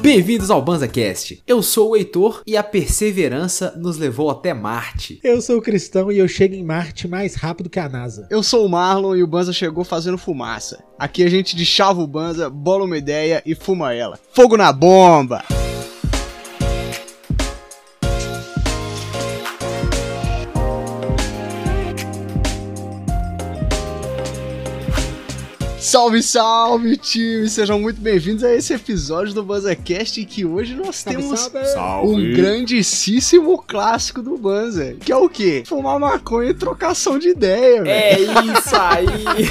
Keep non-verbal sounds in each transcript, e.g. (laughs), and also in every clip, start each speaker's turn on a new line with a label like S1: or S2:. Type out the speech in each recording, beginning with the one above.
S1: Bem-vindos ao BanzaCast. Eu sou o Heitor e a perseverança nos levou até Marte.
S2: Eu sou cristão e eu chego em Marte mais rápido que a NASA.
S3: Eu sou o Marlon e o Banza chegou fazendo fumaça. Aqui a gente deschava o Banza, bola uma ideia e fuma ela. Fogo na bomba! Salve, salve, time! Sejam muito bem-vindos a esse episódio do BanzaCast em que hoje nós
S2: Salve,
S3: temos
S2: salve.
S3: um grandíssimo clássico do Banza, que é o quê? Fumar maconha e trocação de ideia, velho.
S1: É isso aí!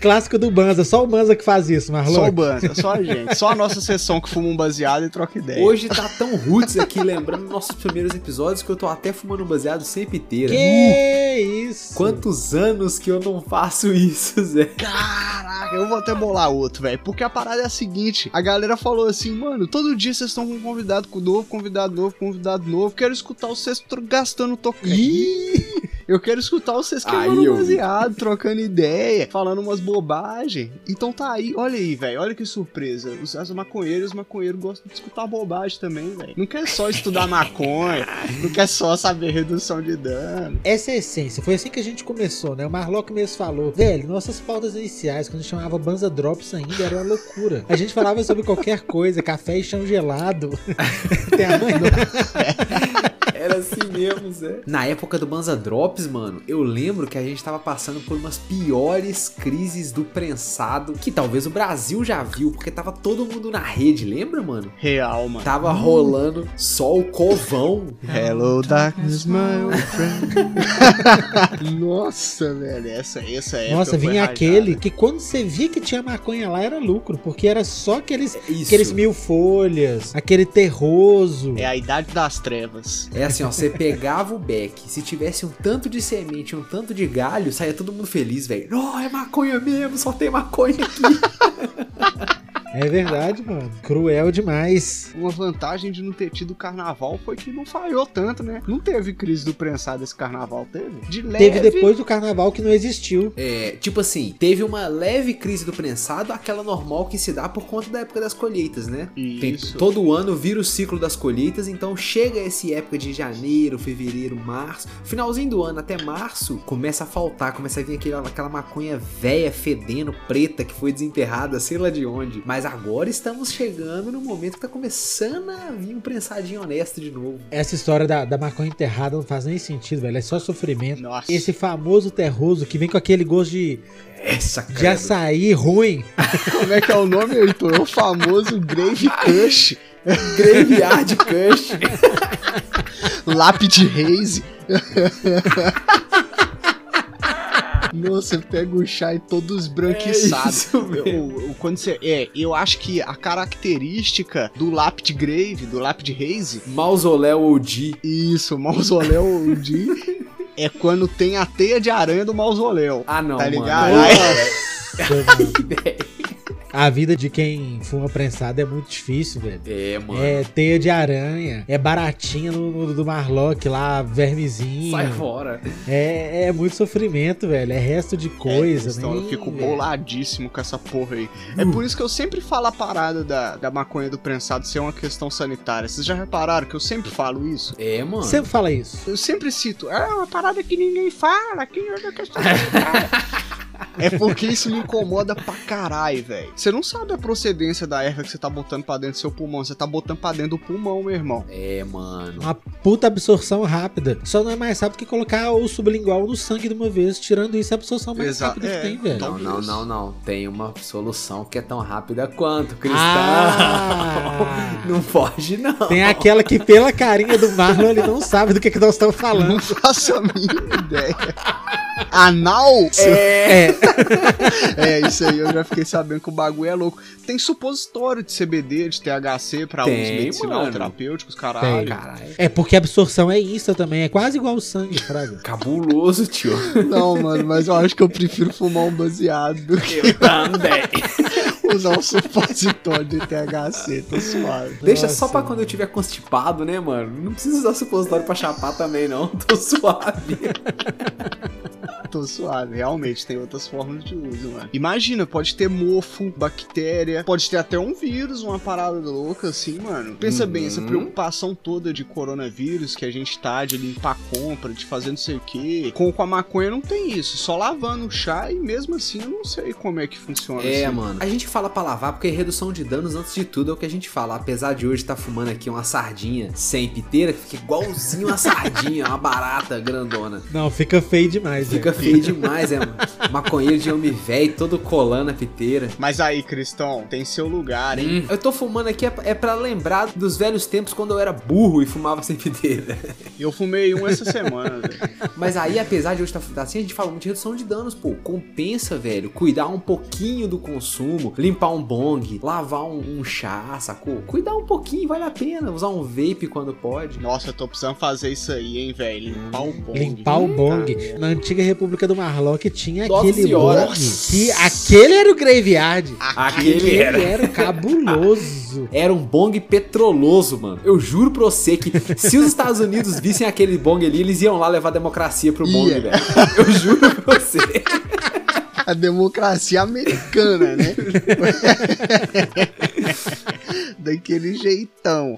S2: Clássico do Banza, só o Banza que faz isso, Marlon.
S3: Só o Banza, só a gente. Só a nossa sessão que fuma um baseado e troca
S1: (laughs)
S3: ideia.
S1: Hoje tá tão roots aqui, lembrando nossos primeiros episódios, que eu tô até fumando um baseado sempre inteira.
S2: Que
S3: Uh.
S2: isso?
S1: Quantos anos que eu não faço isso, Zé?
S3: Caraca, eu vou até bolar outro, velho. Porque a parada é a seguinte: a galera falou assim, mano, todo dia vocês estão com um convidado com novo, convidado novo, convidado novo. Quero escutar vocês tro- gastando tocando.
S2: Ih,
S3: (laughs) Eu quero escutar vocês
S1: Aí
S3: queimando
S1: eu vi.
S3: baseado, trocando ideia, falando umas bobagens. Então tá aí, olha aí, velho. Olha que surpresa. Os as maconheiros, os maconheiros gostam de escutar bobagem também, velho. Não quer só estudar maconha, não quer só saber redução de dano.
S2: essa é a essência. Foi assim que a gente começou, né? O Marlock mesmo falou. Velho, nossas pautas iniciais, quando a gente chamava Banza Drops ainda, era uma loucura. A gente falava sobre qualquer coisa, café e chão
S3: (laughs)
S2: gelado. Até amanhã.
S1: Era assim mesmo, Zé. Na época do Banza Drops, mano, eu lembro que a gente tava passando por umas piores crises do prensado que talvez o Brasil já viu, porque tava todo mundo na rede, lembra, mano?
S3: Real, mano.
S1: Tava rolando só o covão.
S3: Hello, darkness, my friend. (laughs) Nossa, velho, essa, essa época
S2: Nossa,
S3: foi
S2: vinha
S3: rajada.
S2: aquele que quando você via que tinha maconha lá, era lucro. Porque era só aqueles,
S3: É
S1: Isso.
S2: aqueles mil folhas, aquele terroso.
S3: É a idade das trevas.
S1: É assim, ó, você pegava o beck, se tivesse um tanto de semente, um tanto de galho, saía todo mundo feliz, velho. Não, é maconha mesmo, só tem maconha aqui.
S2: É verdade, mano. Cruel demais.
S3: Uma vantagem de não ter tido carnaval foi que não falhou tanto, né? Não teve crise do prensado esse carnaval, teve? De leve.
S2: Teve depois do carnaval que não existiu.
S1: É, tipo assim, teve uma leve crise do prensado, aquela normal que se dá por conta da época das colheitas, né? Tem-
S3: Isso.
S1: todo ano vira o ciclo das colheitas, então chega essa época de janeiro, fevereiro, março, finalzinho do ano até março, começa a faltar, começa a vir aquele- aquela maconha velha, fedendo, preta, que foi desenterrada, sei lá de onde. Mas agora estamos chegando no momento que tá começando a vir um prensadinho honesto de novo.
S2: Essa história da, da maconha enterrada não faz nem sentido, velho. É só sofrimento.
S3: Nossa.
S2: Esse famoso terroso que vem com aquele gosto de,
S1: Essa
S2: de açaí ruim.
S3: Como é que é o nome, Heitor? É O famoso Grave Cush,
S1: Graveyard Cush.
S3: Lápide Haze. Nossa, eu pego o chá e todos branquiçados.
S1: É
S3: Eu, eu- quando você, é, eu acho que a característica do Lapid Grave, do Lapid Haze,
S1: Mausoléu OG.
S3: isso, mausoléu de, é quando tem a teia de aranha do mausoléu.
S1: Ah, não.
S3: Tá
S1: mano.
S3: ligado?
S1: Ai,
S2: A vida de quem fuma prensado é muito difícil, velho.
S1: É, mano.
S2: É teia de aranha, é baratinha no, no- do Marlock lá, vermezinho.
S1: Sai fora.
S2: É, é muito sofrimento, velho. É resto de coisa, né?
S3: então eu fico boladíssimo com essa porra aí. É por isso que eu sempre falo a parada da, da maconha do prensado ser uma questão sanitária. Vocês já repararam que eu sempre falo isso?
S1: É, mano.
S2: Sempre fala isso.
S3: Eu sempre cito, é uma parada que ninguém fala, que não é questão sanitária. É porque isso me incomoda pra caralho, velho. Você não sabe a procedência da erva que você tá botando pra dentro do seu pulmão. Você tá botando pra dentro do pulmão, meu irmão.
S1: É, mano.
S2: Uma puta absorção rápida. Só não é mais rápido que colocar o sublingual no sangue de uma vez. Tirando isso, é a absorção mais
S3: Exato,
S2: rápida
S3: é.
S2: que tem, velho.
S3: Então,
S1: Não, não, não, não. Tem uma solução que é tão rápida quanto, Cristão.
S2: Ah!
S1: Não foge, não.
S2: (laughs) Tem aquela que, pela carinha do Marlon, ele não sabe do que, que nós estamos falando.
S3: Não faço a mínima ideia. Anal?
S2: É.
S3: (laughs) É, isso aí eu já fiquei sabendo que o bagulho é louco. Tem supositório de CBD, de THC pra
S1: Tem,
S3: usos medicinal
S1: mano.
S3: terapêuticos, caralho.
S1: Caralho.
S2: É porque a absorção é insta também. É quase igual o sangue, Fraga.
S1: Cabuloso, tio.
S3: Não, mano, mas eu acho que eu prefiro fumar um baseado do que
S1: Eu também.
S3: usar um supositório de THC, tô suave.
S1: (laughs) Deixa
S2: Nossa,
S1: só pra
S2: mano.
S1: quando eu tiver constipado, né, (laughs) mano? Não precisa usar supositório pra chapar também, não. Tô suave.
S3: tô suave. Realmente, tem outras formas de uso, mano. Imagina, pode ter mofo, bactéria, pode ter até um vírus, uma parada louca, assim, mano. Pensa bem, essa
S1: Uhum.
S3: preocupação toda de coronavírus que a gente tá, de limpar compra, de fazer não sei o quê. Com, com a maconha não tem isso. Só lavando o chá e mesmo assim eu não sei como é que funciona
S1: É,
S3: assim.
S1: mano. A gente fala pra lavar porque redução de danos, antes de tudo, é o que a gente fala. Apesar de hoje estar fumando aqui uma sardinha sem piteira, que fica igualzinho uma sardinha, uma barata grandona.
S2: Não, fica feio demais,
S1: Fica
S2: velho.
S1: feio demais, é maconheiro de homem velho, todo colando a piteira.
S3: Mas aí, Cristão, tem seu lugar, hein?
S1: Hum, Eu tô fumando aqui é é pra lembrar dos velhos tempos quando eu era burro e fumava sem piteira.
S3: Eu fumei um essa semana, velho.
S1: (laughs) Mas aí, apesar de hoje estar tá assim, a gente fala muito de redução de danos, pô. Compensa, velho, cuidar um pouquinho do consumo, limpar um bong, lavar um, um chá, sacou? Cuidar um pouquinho, vale a pena. Usar um vape quando pode.
S3: Nossa, eu tô precisando fazer isso aí, hein, velho. Limpar o bong.
S2: Limpar o bong. Na antiga República do Marlock tinha
S1: Nossa
S2: aquele
S1: senhora.
S2: bong. Que aquele era o graveyard.
S1: Aquele
S2: Ele
S1: era.
S2: era cabuloso.
S1: Era um bong petroloso, mano. Eu juro pra você que se os Estados Unidos vissem aquele bong ali, eles iam lá levar a democracia pro bong,
S3: Ia.
S1: velho. Eu juro pra você.
S3: A democracia americana, (laughs) né? Daquele jeitão.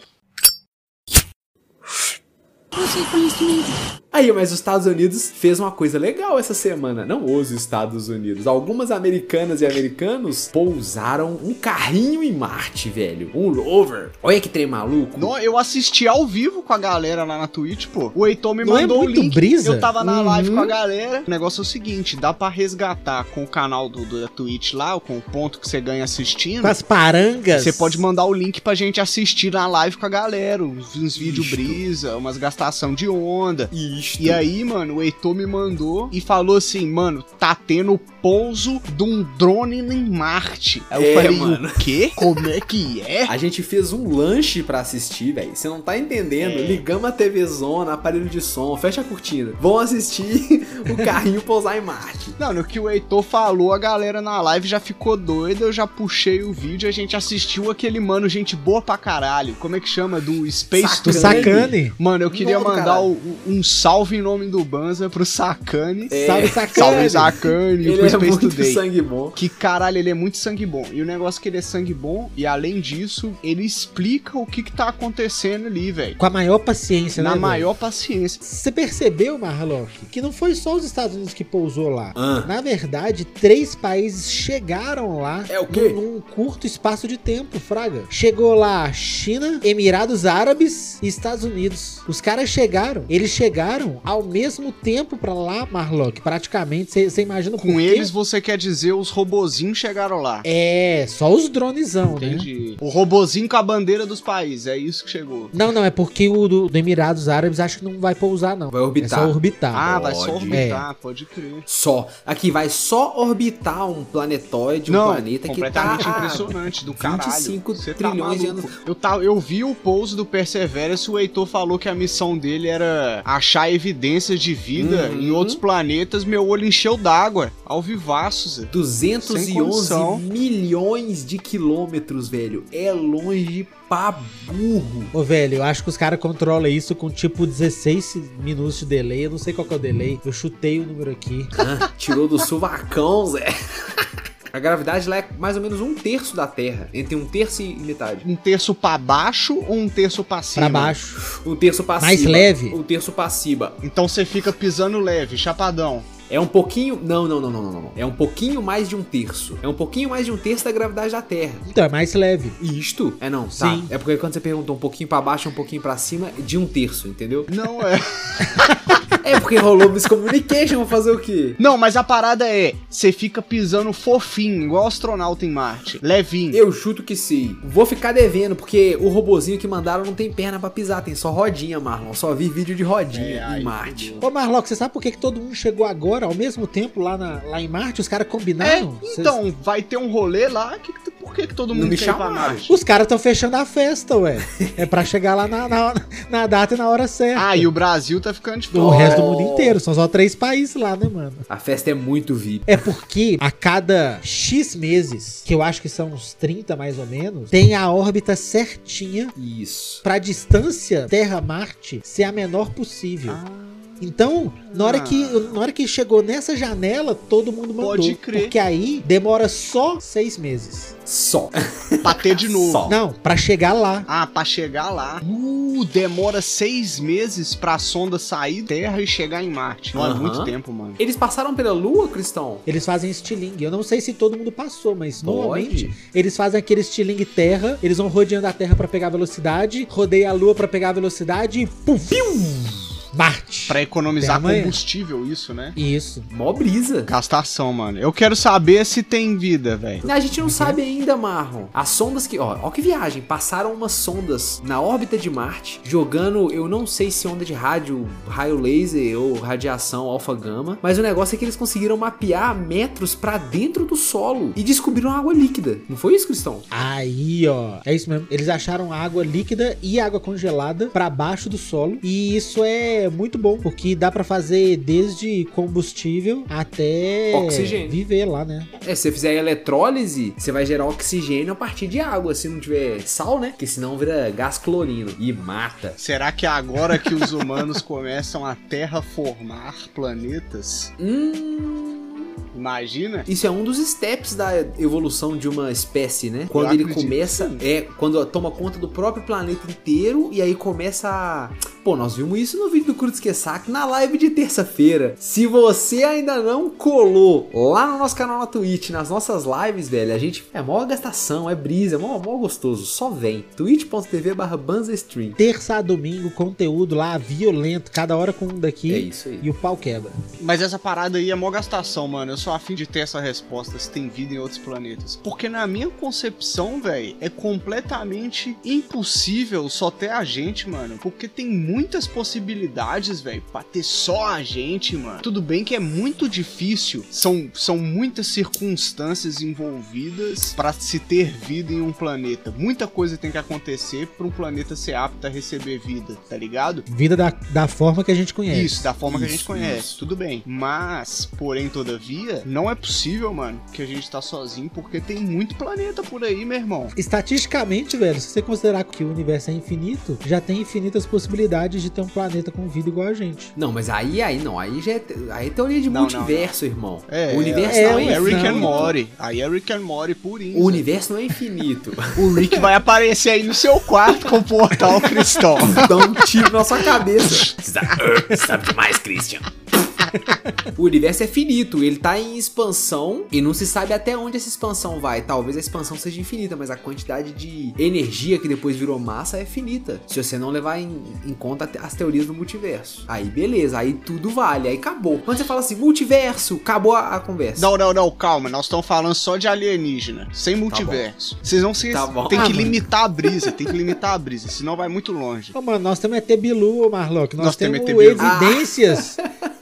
S1: Aí, mas os Estados Unidos fez uma coisa legal essa semana. Não os Estados Unidos. Algumas americanas e americanos pousaram um carrinho em Marte, velho. Um rover. Olha que trem maluco.
S3: No- eu assisti ao vivo com a galera lá na Twitch, pô. O Heitor me
S2: Não é
S3: mandou o
S2: muito
S3: link.
S2: brisa?
S3: Eu tava na
S2: Uhum.
S3: live com a galera. O negócio é o seguinte: dá pra resgatar com o canal do, do- da Twitch lá, com o ponto que você ganha assistindo.
S2: Com as parangas.
S3: Você pode mandar o link pra gente assistir na live com a galera. Uns, uns vídeos
S1: Isto.
S3: brisa, umas gastação de onda.
S1: Isto.
S3: E aí, mano, o Heitor me mandou e falou assim, mano, tá tendo o pouso de um drone em Marte. Aí eu
S1: É,
S3: falei,
S1: mano.
S3: o quê? Como é que é?
S1: A gente fez um lanche pra assistir, velho. Você não tá entendendo.
S3: É.
S1: Ligamos a TV zona, aparelho de som, fecha a cortina. Vão assistir (laughs) o carrinho pousar em Marte.
S3: Não, no que o Heitor falou, a galera na live já ficou doida, eu já puxei o vídeo, a gente assistiu aquele, mano, gente boa pra caralho. Como é que chama? Do Space
S2: Do
S1: Sacane.
S2: Sacane.
S3: Mano, eu queria
S1: Nome do
S3: mandar
S1: caralho.
S3: o- um salve em nome do Banza pro Sacane.
S2: Salve, Sacane.
S3: É. Salve Sacane e
S1: É. Ele
S3: pro
S1: é
S3: Space
S1: muito
S3: Today.
S1: sangue bom.
S3: Que caralho, ele é muito sangue bom. E o negócio é que ele é sangue bom, e além disso, ele explica o que, que tá acontecendo ali, velho.
S2: Com a maior paciência, né?
S3: Na
S2: velho?
S3: maior paciência.
S2: Você percebeu, Marlock, que não foi só os Estados Unidos que pousou lá.
S1: Ah.
S2: Na verdade, três países chegaram lá
S1: É o quê?
S2: num num curto espaço de tempo, Fraga. Chegou lá China, Emirados Árabes e Estados Unidos. Os caras chegaram, eles chegaram ao mesmo tempo pra lá, Marlock, praticamente. Você imagina o
S3: Com
S2: porquê?
S3: eles, você quer dizer os robozinhos chegaram lá.
S2: É, só os dronezão, né?
S3: Entendi. O robozinho com a bandeira dos países, é isso que chegou.
S2: Não, não, é porque o do, do Emirados Árabes acho que não vai pousar, não.
S1: Vai
S2: É só
S1: orbitar.
S2: orbitar.
S3: Ah, vai só
S1: pode.
S3: orbitar, pode crer.
S1: Só. Aqui vai só orbitar um planetoide, um planeta que tá. (laughs)
S3: completamente impressionante do caralho.
S1: 25
S3: Você tá
S1: trilhões de
S3: maluco.
S1: anos.
S3: Eu, tava, eu vi o pouso do Perseverance e o Heitor falou que a missão dele era achar evidências de vida
S1: Uhum.
S3: em outros planetas. Meu olho encheu d'água, ao vivaço, Zé. Sem
S1: 211
S3: condição.
S1: milhões de quilômetros, velho. É longe pra burro.
S2: Ô, velho, eu acho que os caras controlam isso com tipo 16 minutos de delay. Eu não sei qual que é o delay. Eu chutei o número aqui.
S3: (laughs)
S1: Ah, tirou do sovacão, Zé. A gravidade lá é mais ou menos um terço da Terra. Entre um terço e metade.
S3: Um terço pra baixo ou um terço pra cima?
S2: Pra baixo.
S1: Um terço pra
S2: Mais
S1: cima.
S2: leve?
S1: Um terço pra cima.
S3: Então você fica pisando leve, chapadão.
S1: É um pouquinho. Não, não, não, não, não, não. É um pouquinho mais de um terço. É um pouquinho mais de um terço da gravidade da Terra.
S2: Então, é mais leve.
S1: Isto? É não, tá.
S2: Sim.
S1: É porque quando você pergunta um pouquinho pra baixo, um pouquinho pra cima, de um terço, entendeu? (laughs)
S3: Não é. (laughs)
S1: É porque rolou miscommunication, vou fazer o quê?
S3: Não, mas a parada é, você fica pisando fofinho, igual astronauta em Marte. Levinho.
S1: Eu chuto que sim. Vou ficar devendo, porque o robozinho que mandaram não tem perna pra pisar, tem só rodinha, Marlon. Só vi vídeo de rodinha
S3: É,
S1: em
S3: aí,
S1: Marte.
S3: fudeu.
S2: Ô, Marlock, você sabe por que, que todo mundo chegou agora, ao mesmo tempo, lá, na- lá em Marte? Os caras
S3: É,
S2: combinaram? Cês-
S3: então, vai ter um rolê lá. que que- por que, que todo
S1: Não
S3: mundo
S1: me
S3: quer ir pra
S1: chamaram.
S3: Marte?
S2: Os caras estão fechando a festa, ué. É pra chegar lá na, na, na data e na hora certa.
S3: Ah, e o Brasil tá ficando de
S2: O
S3: fora.
S2: resto do mundo inteiro. São só três países lá, né, mano?
S1: A festa é muito VIP.
S2: É porque a cada X meses, que eu acho que são uns 30 mais ou menos, tem a órbita certinha
S1: Isso.
S2: pra distância Terra-Marte ser a menor possível.
S3: Ah,
S2: Então, na hora,
S3: Ah.
S2: que, na hora que chegou nessa janela, todo mundo mandou.
S3: Pode crer.
S2: Porque aí demora só seis meses.
S1: Só.
S3: Pra ter
S1: (laughs)
S3: É de novo.
S1: Só.
S2: Não, pra chegar lá.
S3: Ah, pra chegar lá. Uh, demora seis meses pra sonda sair da Terra e chegar em Marte. Não é
S1: Aham.
S3: muito tempo, mano.
S1: Eles passaram pela lua, Cristão?
S2: Eles fazem estilingue. Eu não sei se todo mundo passou, mas normalmente
S1: Pode.
S2: eles fazem aquele estilingue terra. Eles vão rodeando a terra pra pegar velocidade, rodeia a lua pra pegar velocidade e pum, fiu, Marte.
S3: Pra economizar
S2: Até amanhã.
S3: combustível, isso, né?
S2: Isso.
S1: Mó brisa.
S3: Gastação, mano. Eu quero saber se tem vida, velho.
S1: Né, A gente não sabe ainda, Marlon. As sondas que. Ó, ó que viagem. Passaram umas sondas na órbita de Marte, jogando, eu não sei se onda de rádio, raio laser ou radiação alfa-gama. Mas o negócio é que eles conseguiram mapear metros pra dentro do solo e descobriram água líquida. Não foi isso, Cristão?
S2: Aí, ó. É isso mesmo. Eles acharam água líquida e água congelada pra baixo do solo. E isso é muito bom, porque dá pra fazer desde combustível até
S1: Oxigênio.
S2: viver lá, né?
S1: É, se você fizer eletrólise, você vai gerar oxigênio a partir de água, se não tiver sal, né? Porque senão vira gás clorino e mata.
S3: Será que é agora que os humanos (laughs) começam a terraformar planetas?
S1: Hum.
S3: Imagina?
S1: Isso é um dos steps da evolução de uma espécie, né? Quando
S3: Eu
S1: ele
S3: acredito.
S1: começa, é quando toma conta do próprio planeta inteiro e aí começa a. Pô, nós vimos isso no vídeo do Kurtzkesak na live de terça-feira. Se você ainda não colou lá no nosso canal na Twitch, nas nossas lives, velho, a gente é mó gastação, é brisa, é mó, mó gostoso. Só vem. twitch.tv barra banzastream.
S2: Terça a domingo, conteúdo lá violento, cada hora com um daqui.
S1: É isso aí.
S2: E o pau quebra.
S3: Mas essa parada aí é mó gastação, mano. Eu sou afim de ter essa resposta se tem vida em outros planetas. Porque na minha concepção, velho, é completamente impossível só ter a gente, mano. Porque tem muitas possibilidades, velho, pra ter só a gente, mano. Tudo bem que é muito difícil. São, são muitas circunstâncias envolvidas pra se ter vida em um planeta. Muita coisa tem que acontecer pra um planeta ser apto a receber vida, tá ligado?
S2: Vida da, da forma que a gente conhece.
S3: Isso, da forma que a
S1: É, Isso,
S3: gente conhece,
S1: isso.
S3: tudo bem. Mas, porém, todavia, não é possível, mano, que a gente tá sozinho, porque tem muito planeta por aí, meu irmão.
S2: Estatisticamente, velho, se você considerar que o universo é infinito, já tem infinitas possibilidades de ter um planeta com vida igual a gente.
S1: Não, mas aí, aí não. Aí já é, te- aí é teoria de
S3: Não, não,
S1: multiverso, irmão.
S3: É,
S1: o universo
S2: é,
S1: não
S3: aí
S1: é,
S3: é Rick and
S1: infinito.
S3: Morty. Aí é Rick and Morty purinho.
S1: O universo não é infinito.
S3: O Rick (laughs) vai aparecer aí no seu quarto com o
S1: (laughs)
S3: portal cristal.
S1: Dá um tiro na sua cabeça. Sabe uh, demais, Christian. O universo é finito, ele tá em expansão e não se sabe até onde essa expansão vai. Talvez a expansão seja infinita, mas a quantidade de energia que depois virou massa é finita. Se você não levar em, em conta te- as teorias do multiverso. Aí beleza, aí tudo vale, aí acabou. Quando você fala assim, multiverso, acabou a, a conversa.
S3: Não, não, não, calma. Nós estamos falando só de alienígena, sem multiverso. Vocês não se.
S1: Tá bom.
S3: Tem
S1: Ah,
S3: que
S1: mano.
S3: limitar a brisa, tem que limitar a brisa, senão vai
S1: (laughs)
S3: muito longe.
S2: Ô, mano, nós temos ET Bilu, ô Marlock. Nós,
S3: Nós temos
S2: temos,
S3: ET Bilu. Ah,
S2: evidências.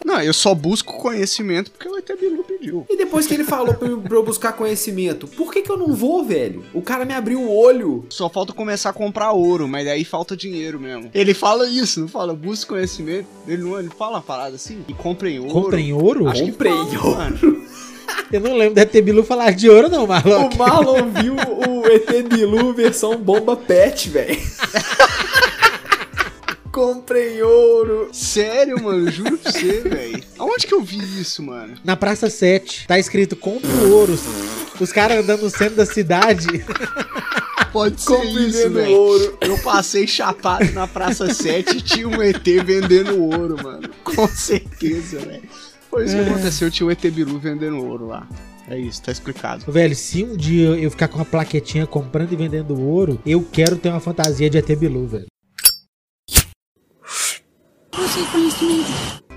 S3: Não, eu só busco conhecimento porque o ET Bilu pediu.
S1: E depois que ele falou pra eu pra eu buscar conhecimento, por que, que eu não vou, velho? O cara me abriu o olho.
S3: Só falta começar a comprar ouro, mas daí falta dinheiro mesmo. Ele fala isso, não fala, busca conhecimento. Ele não ele fala uma parada assim, e comprem ouro. Ah.
S2: Comprem ouro?
S3: Acho que
S1: Comprem
S3: fala,
S1: ouro.
S3: mano.
S2: Eu não lembro da ET Bilu falar de ouro, não, Marlock.
S1: O Marlon viu o ET Bilu versão bomba pet, velho. (laughs) Comprei ouro.
S3: Sério, mano, juro pra você, velho. Aonde que eu vi isso, mano?
S2: Na Praça 7, tá escrito compra o ouro. Os caras andando no centro da cidade.
S3: (laughs)
S2: (laughs)
S3: Pode ser
S1: Comprei
S3: isso, velho.
S1: ouro.
S3: Eu passei chapado na Praça 7 e tinha um ET vendendo ouro, mano. Com certeza, velho. Foi isso que aconteceu, tinha o ET Bilu vendendo ouro lá. É isso, tá explicado.
S2: Velho, se um dia eu ficar com uma plaquetinha comprando e vendendo ouro, eu quero ter uma fantasia de ET Bilu, velho.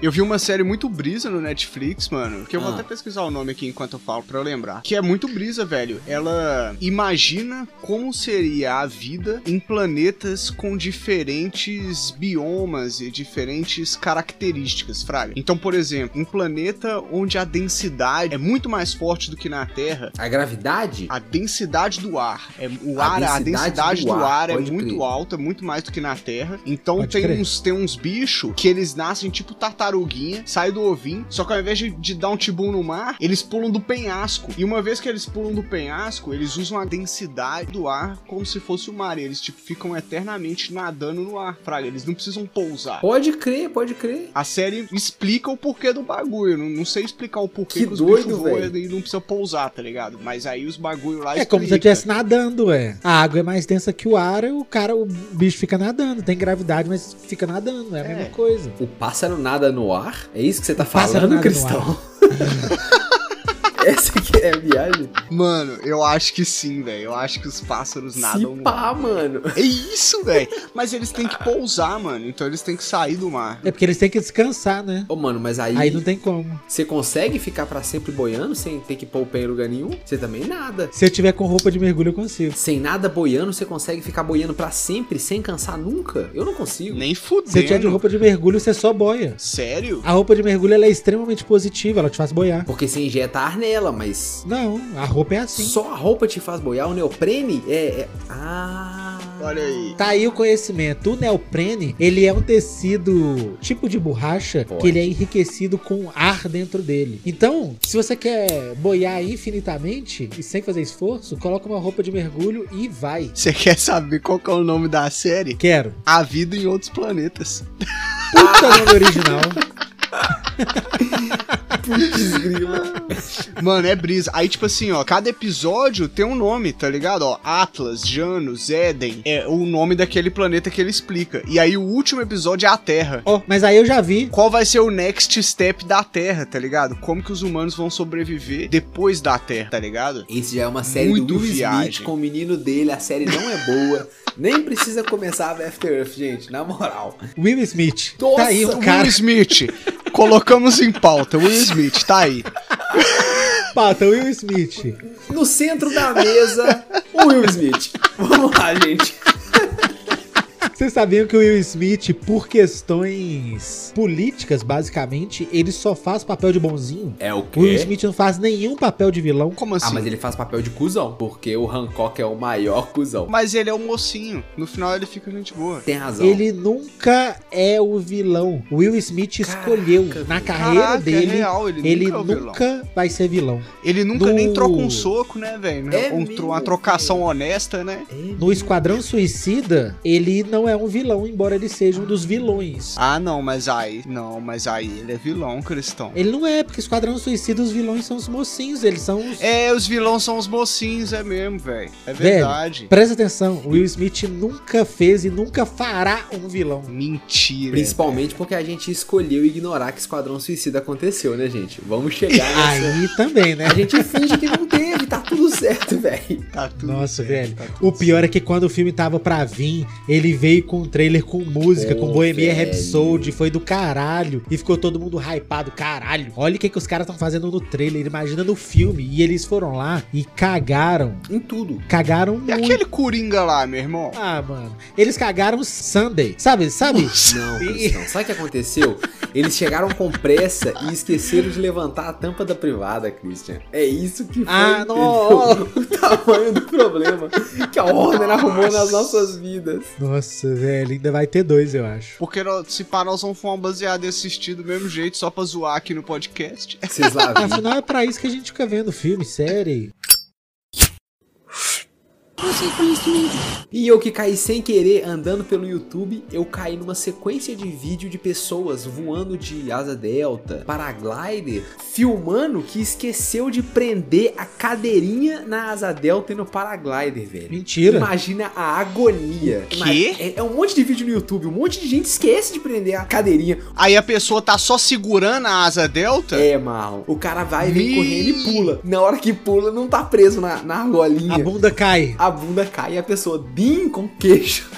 S3: Eu vi uma série muito brisa no Netflix, mano. Que eu vou
S1: Ah.
S3: até pesquisar o nome aqui enquanto eu falo pra eu lembrar. Que é muito brisa, velho. Ela imagina como seria a vida em planetas com diferentes biomas e diferentes características, Fraga. Então, por exemplo, um planeta onde a densidade é muito mais forte do que na Terra.
S1: A gravidade?
S3: A densidade do ar. É, o
S1: A
S3: ar, a
S1: densidade
S3: densidade
S1: do
S3: do,
S1: ar,
S3: ar, é
S1: pode
S3: muito
S1: crer.
S3: alta, muito mais do que na Terra. Então
S2: Pode
S3: tem
S2: crer.
S3: uns, tem uns bichos que eles nascem tipo tartaruguinha, sai do ovinho, só que ao invés de, de dar um tibum no mar, eles pulam do penhasco. E uma vez que eles pulam do penhasco, eles usam a densidade do ar como se fosse o mar. E eles, tipo, ficam eternamente nadando no ar, fraga. Eles não precisam pousar.
S1: Pode crer, pode crer.
S3: A série explica o porquê do bagulho. Não, não sei explicar o porquê
S1: Que
S3: os
S1: doido,
S3: bichos voam
S1: velho.
S3: e não precisa pousar, tá ligado? Mas aí os bagulho lá
S2: É como se eu
S3: Tá explica.
S2: estivesse nadando, é. A água é mais densa que o ar, o cara, o bicho fica nadando. Tem gravidade, mas fica nadando. É a
S3: É.
S2: mesma coisa.
S1: O pássaro nada no ar? É isso que você tá
S2: pássaro
S1: falando,
S2: nada no
S1: Cristão? (laughs) Essa aqui é a viagem.
S3: Mano, eu acho que sim, velho. Eu acho que os pássaros nadam
S1: Se
S3: no
S1: pá, mano.
S3: É isso, velho. Mas eles têm que pousar, mano. Então eles têm que sair do mar.
S2: É porque eles têm que descansar, né?
S1: Ô, mano, mas aí,
S2: Aí não tem como.
S1: você consegue ficar pra sempre boiando sem ter que pôr o pé em lugar nenhum? Você também nada.
S2: Se eu tiver com roupa de mergulho, eu consigo.
S1: Sem nada boiando, você consegue ficar boiando pra sempre sem cansar nunca? Eu não consigo.
S3: Nem
S2: Se eu tiver de
S3: fudendo.
S2: roupa de mergulho, você só boia.
S3: Sério?
S2: A roupa de mergulho ela é extremamente positiva, ela te faz boiar.
S1: Porque você injeta ar nela, mas
S2: Não, a roupa é assim.
S1: só a roupa te faz boiar, o neoprene é. é- Ah.
S3: Olha aí.
S2: Tá aí o conhecimento. O neoprene, ele é um tecido tipo de borracha
S1: Pode.
S2: que ele é enriquecido com ar dentro dele. Então, se você quer boiar infinitamente e sem fazer esforço, coloca uma roupa de mergulho e vai.
S3: Você quer saber qual que é o nome da série?
S2: Quero.
S3: A Vida em Outros Planetas.
S2: Puta nome
S1: (laughs)
S2: original.
S3: Mano, é brisa. Aí, tipo assim, ó, cada episódio tem um nome, tá ligado? Ó, Atlas, Janus, Éden. É o nome daquele planeta que ele explica. E aí o último episódio é a Terra.
S2: Ó, mas aí eu já vi.
S3: Qual vai ser o next step da Terra, tá ligado? Como que os humanos vão sobreviver depois da Terra, tá ligado?
S1: Esse já é uma série
S3: Muito
S1: do Will Smith
S3: viagem.
S1: com o menino dele, a série não é boa. Nem precisa começar a After Earth, gente, na moral.
S2: Will Smith.
S1: Nossa,
S2: tá aí um
S3: Will
S2: cara.
S3: Smith. Colocamos em pauta. Will Smith, tá aí.
S2: (laughs) Pata, Will Smith.
S1: No centro da mesa, o Will Smith. Vamos lá, gente.
S2: Vocês sabiam que o Will Smith, por questões políticas, basicamente, ele só faz papel de bonzinho?
S1: É o
S2: O Will
S1: quê?
S2: Smith não faz nenhum papel de vilão.
S3: Como assim?
S1: Ah, mas ele faz papel de cuzão, porque o Hancock é o maior cuzão.
S3: Mas ele é um mocinho. No final ele fica gente boa.
S1: Tem razão.
S2: Ele nunca é o vilão. O Will Smith
S1: Caraca,
S2: escolheu na carreira
S3: Caraca, é
S2: dele.
S3: real, ele,
S2: ele
S3: nunca é o
S2: nunca,
S3: vilão.
S2: vai ser vilão.
S3: Ele nunca
S2: No-
S3: nem troca um soco, né, velho?
S1: É
S3: Um
S1: mesmo,
S3: tro- uma trocação honesta, né?
S2: No Esquadrão Suicida, ele não é um vilão, embora ele seja um dos vilões.
S3: Ah, não, mas aí. Não, mas aí ele é vilão, cristão.
S2: Ele não é, porque Esquadrão Suicida, os vilões são os mocinhos, eles são os.
S3: É, os vilões são os mocinhos, é mesmo, velho. É
S2: Velho.
S3: verdade.
S2: Presta atenção, o Will Smith nunca fez e nunca fará um vilão.
S3: Mentira.
S1: Principalmente porque a gente escolheu ignorar que Esquadrão Suicida aconteceu, né, gente? Vamos chegar nessa.
S2: Aí também, né?
S1: A gente finge que não teve, tá tudo certo, velho.
S3: Tá tudo
S2: Nossa,
S3: certo,
S2: velho.
S3: tá tudo
S2: O pior é que quando o filme tava pra vir, ele veio com um trailer com música,
S1: Pô,
S2: com Bohemia
S1: velho.
S2: Rhapsody, foi do caralho. E ficou todo mundo hypado, caralho. Olha o que, que os caras estão fazendo no trailer, imagina no filme. E eles foram lá e cagaram.
S1: Em tudo.
S2: Cagaram muito.
S3: E aquele Coringa lá, meu irmão?
S2: Ah, mano. Eles cagaram Sunday. Sabe, sabe?
S1: Não, Cristão. Sabe o que aconteceu? Eles chegaram com pressa e esqueceram de levantar a tampa da privada, Christian. É isso que foi
S2: Ah,
S1: entendeu?
S2: não.
S1: (laughs) o tamanho do problema que a Warner arrumou nas nossas vidas.
S2: Nossa, velho, ainda vai ter dois, eu acho.
S3: Porque nós- se pá, nós vamos fumar um baseado e assistir do mesmo jeito, só pra zoar aqui no podcast.
S1: Vocês lá
S2: (laughs)
S1: viram.
S2: Afinal, é pra isso que a gente fica vendo filme, série.
S1: E eu que caí sem querer andando pelo YouTube, eu caí numa sequência de vídeo de pessoas voando de asa delta, paraglider, filmando que esqueceu de prender a cadeirinha na asa delta e no paraglider, velho.
S2: Mentira.
S1: Imagina a agonia.
S3: quê?
S1: Ima- É, é um monte de vídeo no YouTube, um monte de gente esquece de prender a cadeirinha.
S3: Aí a pessoa tá só segurando a asa delta?
S1: É, Marlon. O cara vai, vem
S3: Tá. Ih.
S1: correndo e pula. Na hora que pula, não tá preso na, na argolinha.
S2: A bunda cai.
S1: a bunda cai e a pessoa bim com o queixo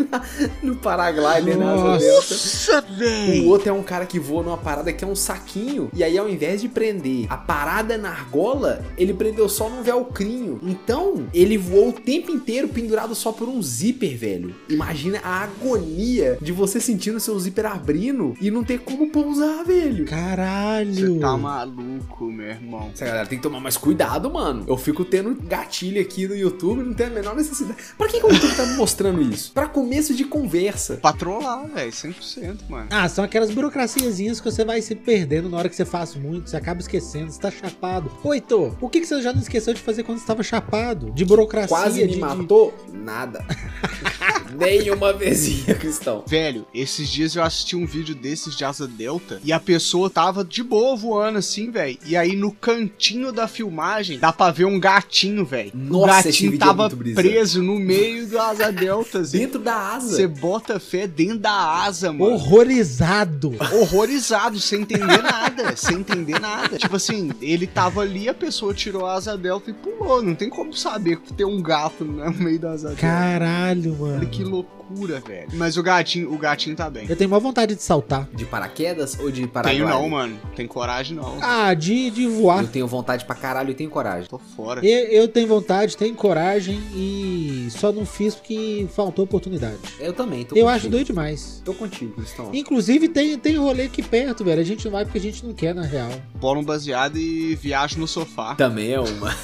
S1: na- (laughs) no paraglider na asa
S2: Nossa.
S1: delta.
S3: Nossa, velho!
S1: O outro é um cara que voa numa parada que é um saquinho. E aí, ao invés de prender a parada na argola, ele prendeu só num velcrinho. Então, ele voou o tempo inteiro pendurado só por um zíper, velho. Imagina a agonia de você sentindo seu zíper abrindo e não ter como pousar, velho.
S2: Caralho.
S3: Você tá maluco, meu irmão.
S1: Essa galera tem que tomar mais cuidado, mano. Eu fico tendo gatilho aqui no YouTube, não tem a menor necessidade. Pra que, que o YouTube tá me mostrando isso? pra começo de conversa.
S3: Pra trollar, velho, 100%, mano.
S2: Ah, são aquelas burocraciazinhas que você vai se perdendo na hora que você faz muito, você acaba esquecendo, você tá chapado. Ô, Heitor, o que, que você já não esqueceu de fazer quando você tava chapado? De burocracia,
S1: Quase
S2: Assim, de-
S1: me
S2: de-
S1: matou? Nada. (laughs) Nenhuma vezinha, Cristão.
S3: Velho, esses dias eu assisti um vídeo desses de Asa Delta e a pessoa tava de boa voando assim, velho. E aí no cantinho da filmagem dá pra ver um gatinho, velho. O
S1: Nossa, esse
S3: gatinho
S1: vídeo é
S3: tava
S1: muito brisa.
S3: preso no meio do Asa Delta, Zé.
S1: Dentro da asa.
S3: Você bota fé dentro da asa, mano.
S2: Horrorizado.
S3: horrorizado, sem entender nada, sem entender nada. Tipo assim, ele tava ali, a pessoa tirou a asa delta e pulou. Não tem como saber que tem um gato né, no meio da asa delta.
S2: Caralho,
S3: Olha
S2: mano.
S3: que loucura, velho. Mas o gatinho, o gatinho tá bem.
S2: Eu tenho maior vontade de saltar.
S1: De paraquedas ou de
S3: Tenho
S1: paragliding?
S3: não, mano. Tem coragem não.
S2: Ah, de, de voar.
S1: Eu tenho vontade pra caralho e tenho coragem.
S3: Tô fora.
S2: Eu, eu tenho vontade, tenho coragem e só não fiz porque faltou oportunidade.
S1: Eu também, tô
S2: eu
S1: contigo.
S2: acho doido demais.
S1: Tô contigo, Cristão.
S2: Inclusive, tem, tem rolê aqui perto, velho. A gente não vai porque a gente não quer, na real.
S3: Bola um baseado e viajo no sofá.
S2: Tá.
S1: Também é uma.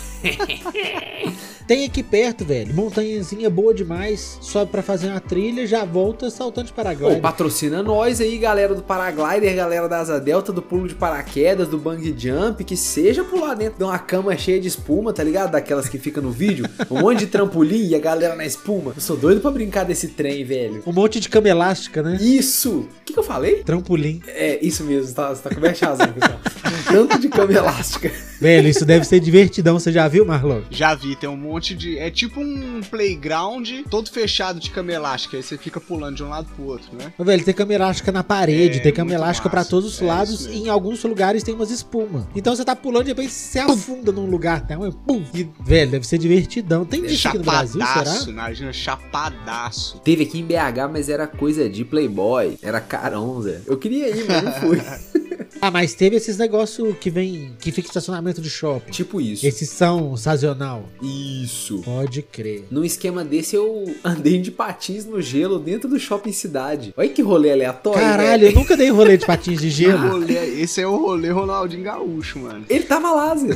S2: Tem aqui perto, velho. Montanhazinha boa demais. Sobe pra fazer uma trilha, já volta saltando de né?
S1: Pô,
S2: paraglide.
S1: patrocina nós aí, galera do Paraglider, galera da Asa Delta, do pulo de paraquedas, do bang jump, que seja pular dentro de uma cama cheia de espuma, tá ligado? Daquelas que fica no vídeo, um monte de trampolim e a galera na espuma. Eu sou doido pra brincar desse trem, velho.
S2: Um monte de cama elástica, né?
S1: Isso! O que, que eu falei?
S2: Trampolim.
S1: É, isso mesmo, tá, você tá com merchanzinho, pessoal. Um tanto de cama elástica.
S2: Velho, isso deve ser divertidão. Você já viu, Marlon?
S3: Já vi, tem um monte de. É tipo um playground todo fechado de cama elástica. Aí você fica pulando de um lado pro outro, né?
S2: Ô, Velho, tem cama elástica na parede,
S3: É,
S2: tem cama
S3: muito
S2: elástica pra
S3: massa.
S2: todos os
S3: É
S2: lados
S3: isso
S2: e
S3: mesmo.
S2: em alguns lugares tem umas espuma. Então você tá pulando e de repente você afunda num lugar, tá? Um pum. E, velho, deve ser divertidão. Tem
S3: É
S2: disso aqui no Brasil,
S3: chapadaço,
S2: será?
S3: imagina, chapadaço.
S1: Teve aqui em BH, mas era coisa de playboy, era caronza. Eu queria ir, mas não fui.
S2: Ah, mas teve esses negócios que vem, que fica em estacionamento de shopping.
S1: tipo isso.
S2: Esses são sazonal.
S1: Isso.
S2: Pode crer.
S1: Num esquema desse, eu (laughs) andei de patins no gelo dentro do shopping cidade. Olha que rolê aleatório. né?
S2: Caralho, eu
S3: é.
S1: velho.
S2: nunca dei rolê de patins de
S3: Que
S2: gelo.
S3: rolê, esse é o rolê Ronaldinho Gaúcho, mano.
S1: Ele tava lá, Zé.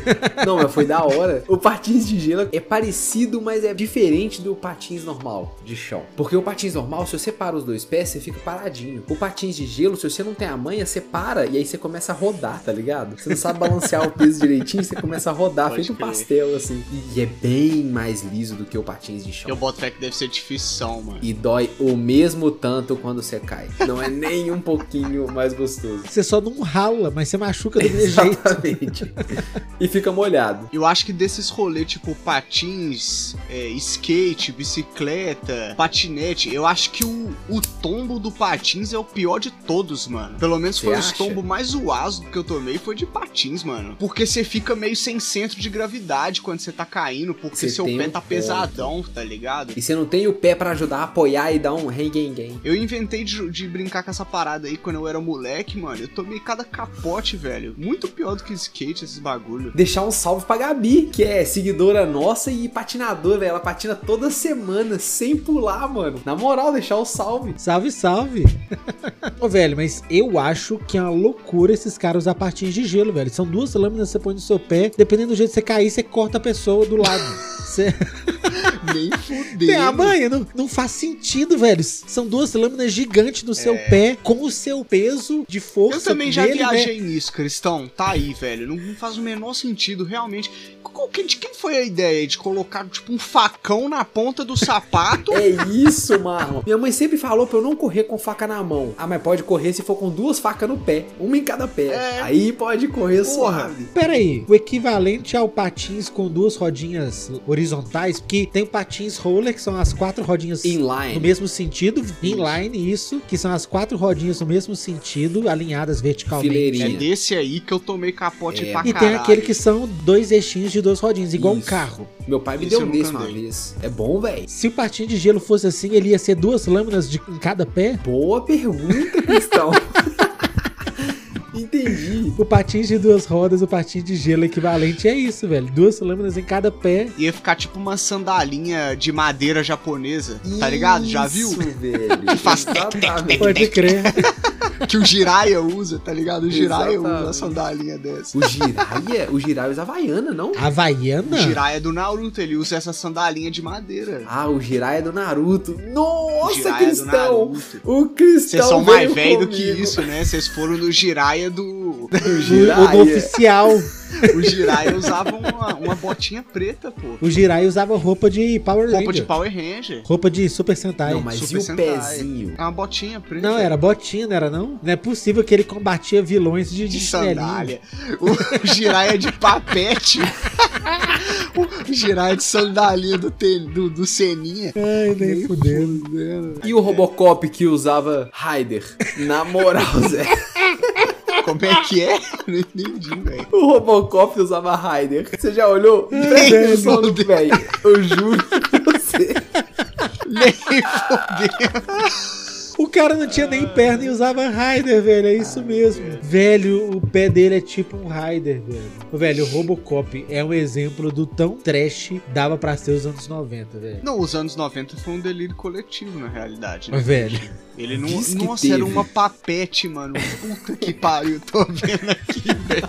S1: Não, mas foi da hora. O patins de gelo é parecido, mas é diferente do patins normal de chão. Porque o patins normal, se você para os dois pés, você fica paradinho. O patins de gelo, se você não tem a manha, você para e aí você começa a rodar, tá ligado? Você não sabe balancear o peso direitinho, você começa a rodar,
S3: Pode
S1: feito um
S3: crer.
S1: pastel, assim. E é bem mais liso do que o patins de chão.
S3: Eu boto fé que deve ser difícil, mano.
S1: e dói o mesmo tanto quando você cai. Não é nem um pouquinho mais gostoso.
S2: Você só não rala, mas você machuca do mesmo
S3: (laughs)
S2: jeito.
S1: Exatamente. E fica molhado.
S3: Eu acho que desses rolês, tipo patins, é, skate, bicicleta, patinete, eu acho que o, o tombo do patins é o pior de todos, mano. Pelo menos
S1: Cê
S3: foi
S1: acha?
S3: os tombos mais zoados que eu tomei, foi de patins, mano. Porque você fica meio sem centro de gravidade quando você tá caindo, porque
S1: Cê
S3: seu
S1: tem
S3: pé
S1: um
S3: tá
S1: ponto.
S3: pesadão, tá ligado?
S1: E você não tem o pé pra ajudar a apoiar e dar um hey gang gang.
S3: Eu inventei de, de brincar com essa parada aí quando eu era moleque, mano. Eu tomei cada capote, velho. Muito pior do que skate, esses bagulho. (laughs)
S1: Deixar um salve pra Gabi, que é seguidora nossa e patinadora, velho. Ela patina toda semana, sem pular, mano. Na moral, deixar o salve.
S2: Salve, salve! Ô, velho, mas eu acho que é uma loucura esses caras usar patins de gelo, velho. São duas lâminas que você põe no seu pé. Dependendo do jeito que você cair, você corta a pessoa do lado. Você...
S3: Nem
S2: (laughs)
S3: fudeu.
S2: Tem a manha? Não, não faz sentido, velho. São duas lâminas gigantes no seu pé, com o seu peso de força.
S3: É. Eu também já
S2: nele, né?
S3: viajei nisso, Cristão. Tá aí, velho. Não, não faz o menor sentido, realmente. Qual que- de quem foi a ideia de colocar, tipo, um facão na ponta
S2: (laughs)
S3: do sapato?
S1: É isso, Marlon. Minha mãe sempre falou pra eu não correr com faca na mão. Ah, mas pode correr se for com duas facas no pé. Uma em cada pé.
S3: É.
S1: Aí pode correr suave.
S2: Pera aí, o equivalente ao patins com duas rodinhas horizontais, porque tem o patins roller, que são as quatro rodinhas
S1: Inline.
S2: no mesmo sentido, inline isso, que são as quatro rodinhas no mesmo sentido, alinhadas verticalmente.
S1: Fileirinha.
S3: É desse aí que eu tomei capote
S1: É.
S3: pra
S2: E
S3: caralho.
S2: tem aquele que são dois eixinhos de duas rodinhas, igual um
S1: Isso.
S2: carro.
S1: Meu pai me
S3: Esse
S1: deu
S3: eu
S1: um
S3: nunca
S1: desse uma
S3: andei.
S1: vez. É bom, velho.
S2: Se o patinho de gelo fosse assim, ele ia ser duas lâminas de, em cada pé?
S1: Boa pergunta,
S3: (laughs)
S1: Cristão. Entendi.
S2: O patins de duas rodas, o patins de gelo equivalente é isso, velho. Duas lâminas em cada pé.
S3: Ia ficar tipo uma sandalinha de madeira japonesa, tá ligado? Já viu?
S1: Isso, velho.
S3: (laughs) Faz
S1: Exatamente.
S2: Pode crer.
S3: que o Jiraiya usa, tá ligado? O Jiraiya usa uma
S1: Exatamente.
S3: sandalinha dessa.
S1: O Jiraiya? o Jiraiya usa Havaiana, não?
S3: O
S2: Havaiana?
S3: Jiraiya é do Naruto, ele usa essa sandalinha de madeira.
S1: Ah, o Jiraiya do Naruto.
S3: O
S1: Nossa,
S3: Jiraiya é do
S1: Cristão!
S3: Naruto.
S1: O Cristão
S3: Vocês são mais
S1: veio
S3: velhos do que
S1: comigo.
S3: isso, né? Vocês foram no Jiraiya do...
S1: O
S2: O, o do
S1: Jiraiya.
S2: oficial.
S3: O Jiraiya usava uma, uma botinha preta, pô.
S2: O Jirai usava roupa de Power
S3: Roupa de
S2: Ranger.
S3: Power Ranger.
S2: Roupa de Super Sentai.
S1: Não, mas
S3: Super
S1: e o
S3: Sentai.
S1: pezinho?
S3: É uma botinha preta.
S2: Não, era botinha, não era não? Não é possível que ele combatia vilões de, de,
S3: de
S2: chinelinho.
S3: sandália. O Jiraiya de papete. o Jiraiya de sandalinha do, te, do, do Seninha.
S2: Ai, nem fudendo.
S1: E
S3: é.
S1: o Robocop que usava Raider? Na moral, Zé.
S3: Como é que é? Não entendi, velho.
S1: O Robocop usava Raider. Você já olhou? Presta
S2: velho.
S1: atenção no velho. Eu juro pra você.
S3: Nem fudeu.
S2: O cara não tinha nem perna e usava Raider, velho. É isso mesmo. Velho, o pé dele é tipo um Raider, velho. Velho, o Robocop é um exemplo do tão trash dava pra ser os anos 90, velho.
S3: Não, os anos 90 foi um delírio coletivo, na realidade, né?
S2: Velho.
S3: Ele não.
S1: Diz que
S3: Nossa, era
S1: teve.
S3: uma papete, mano. Puta que pariu, tô vendo aqui, (laughs) velho.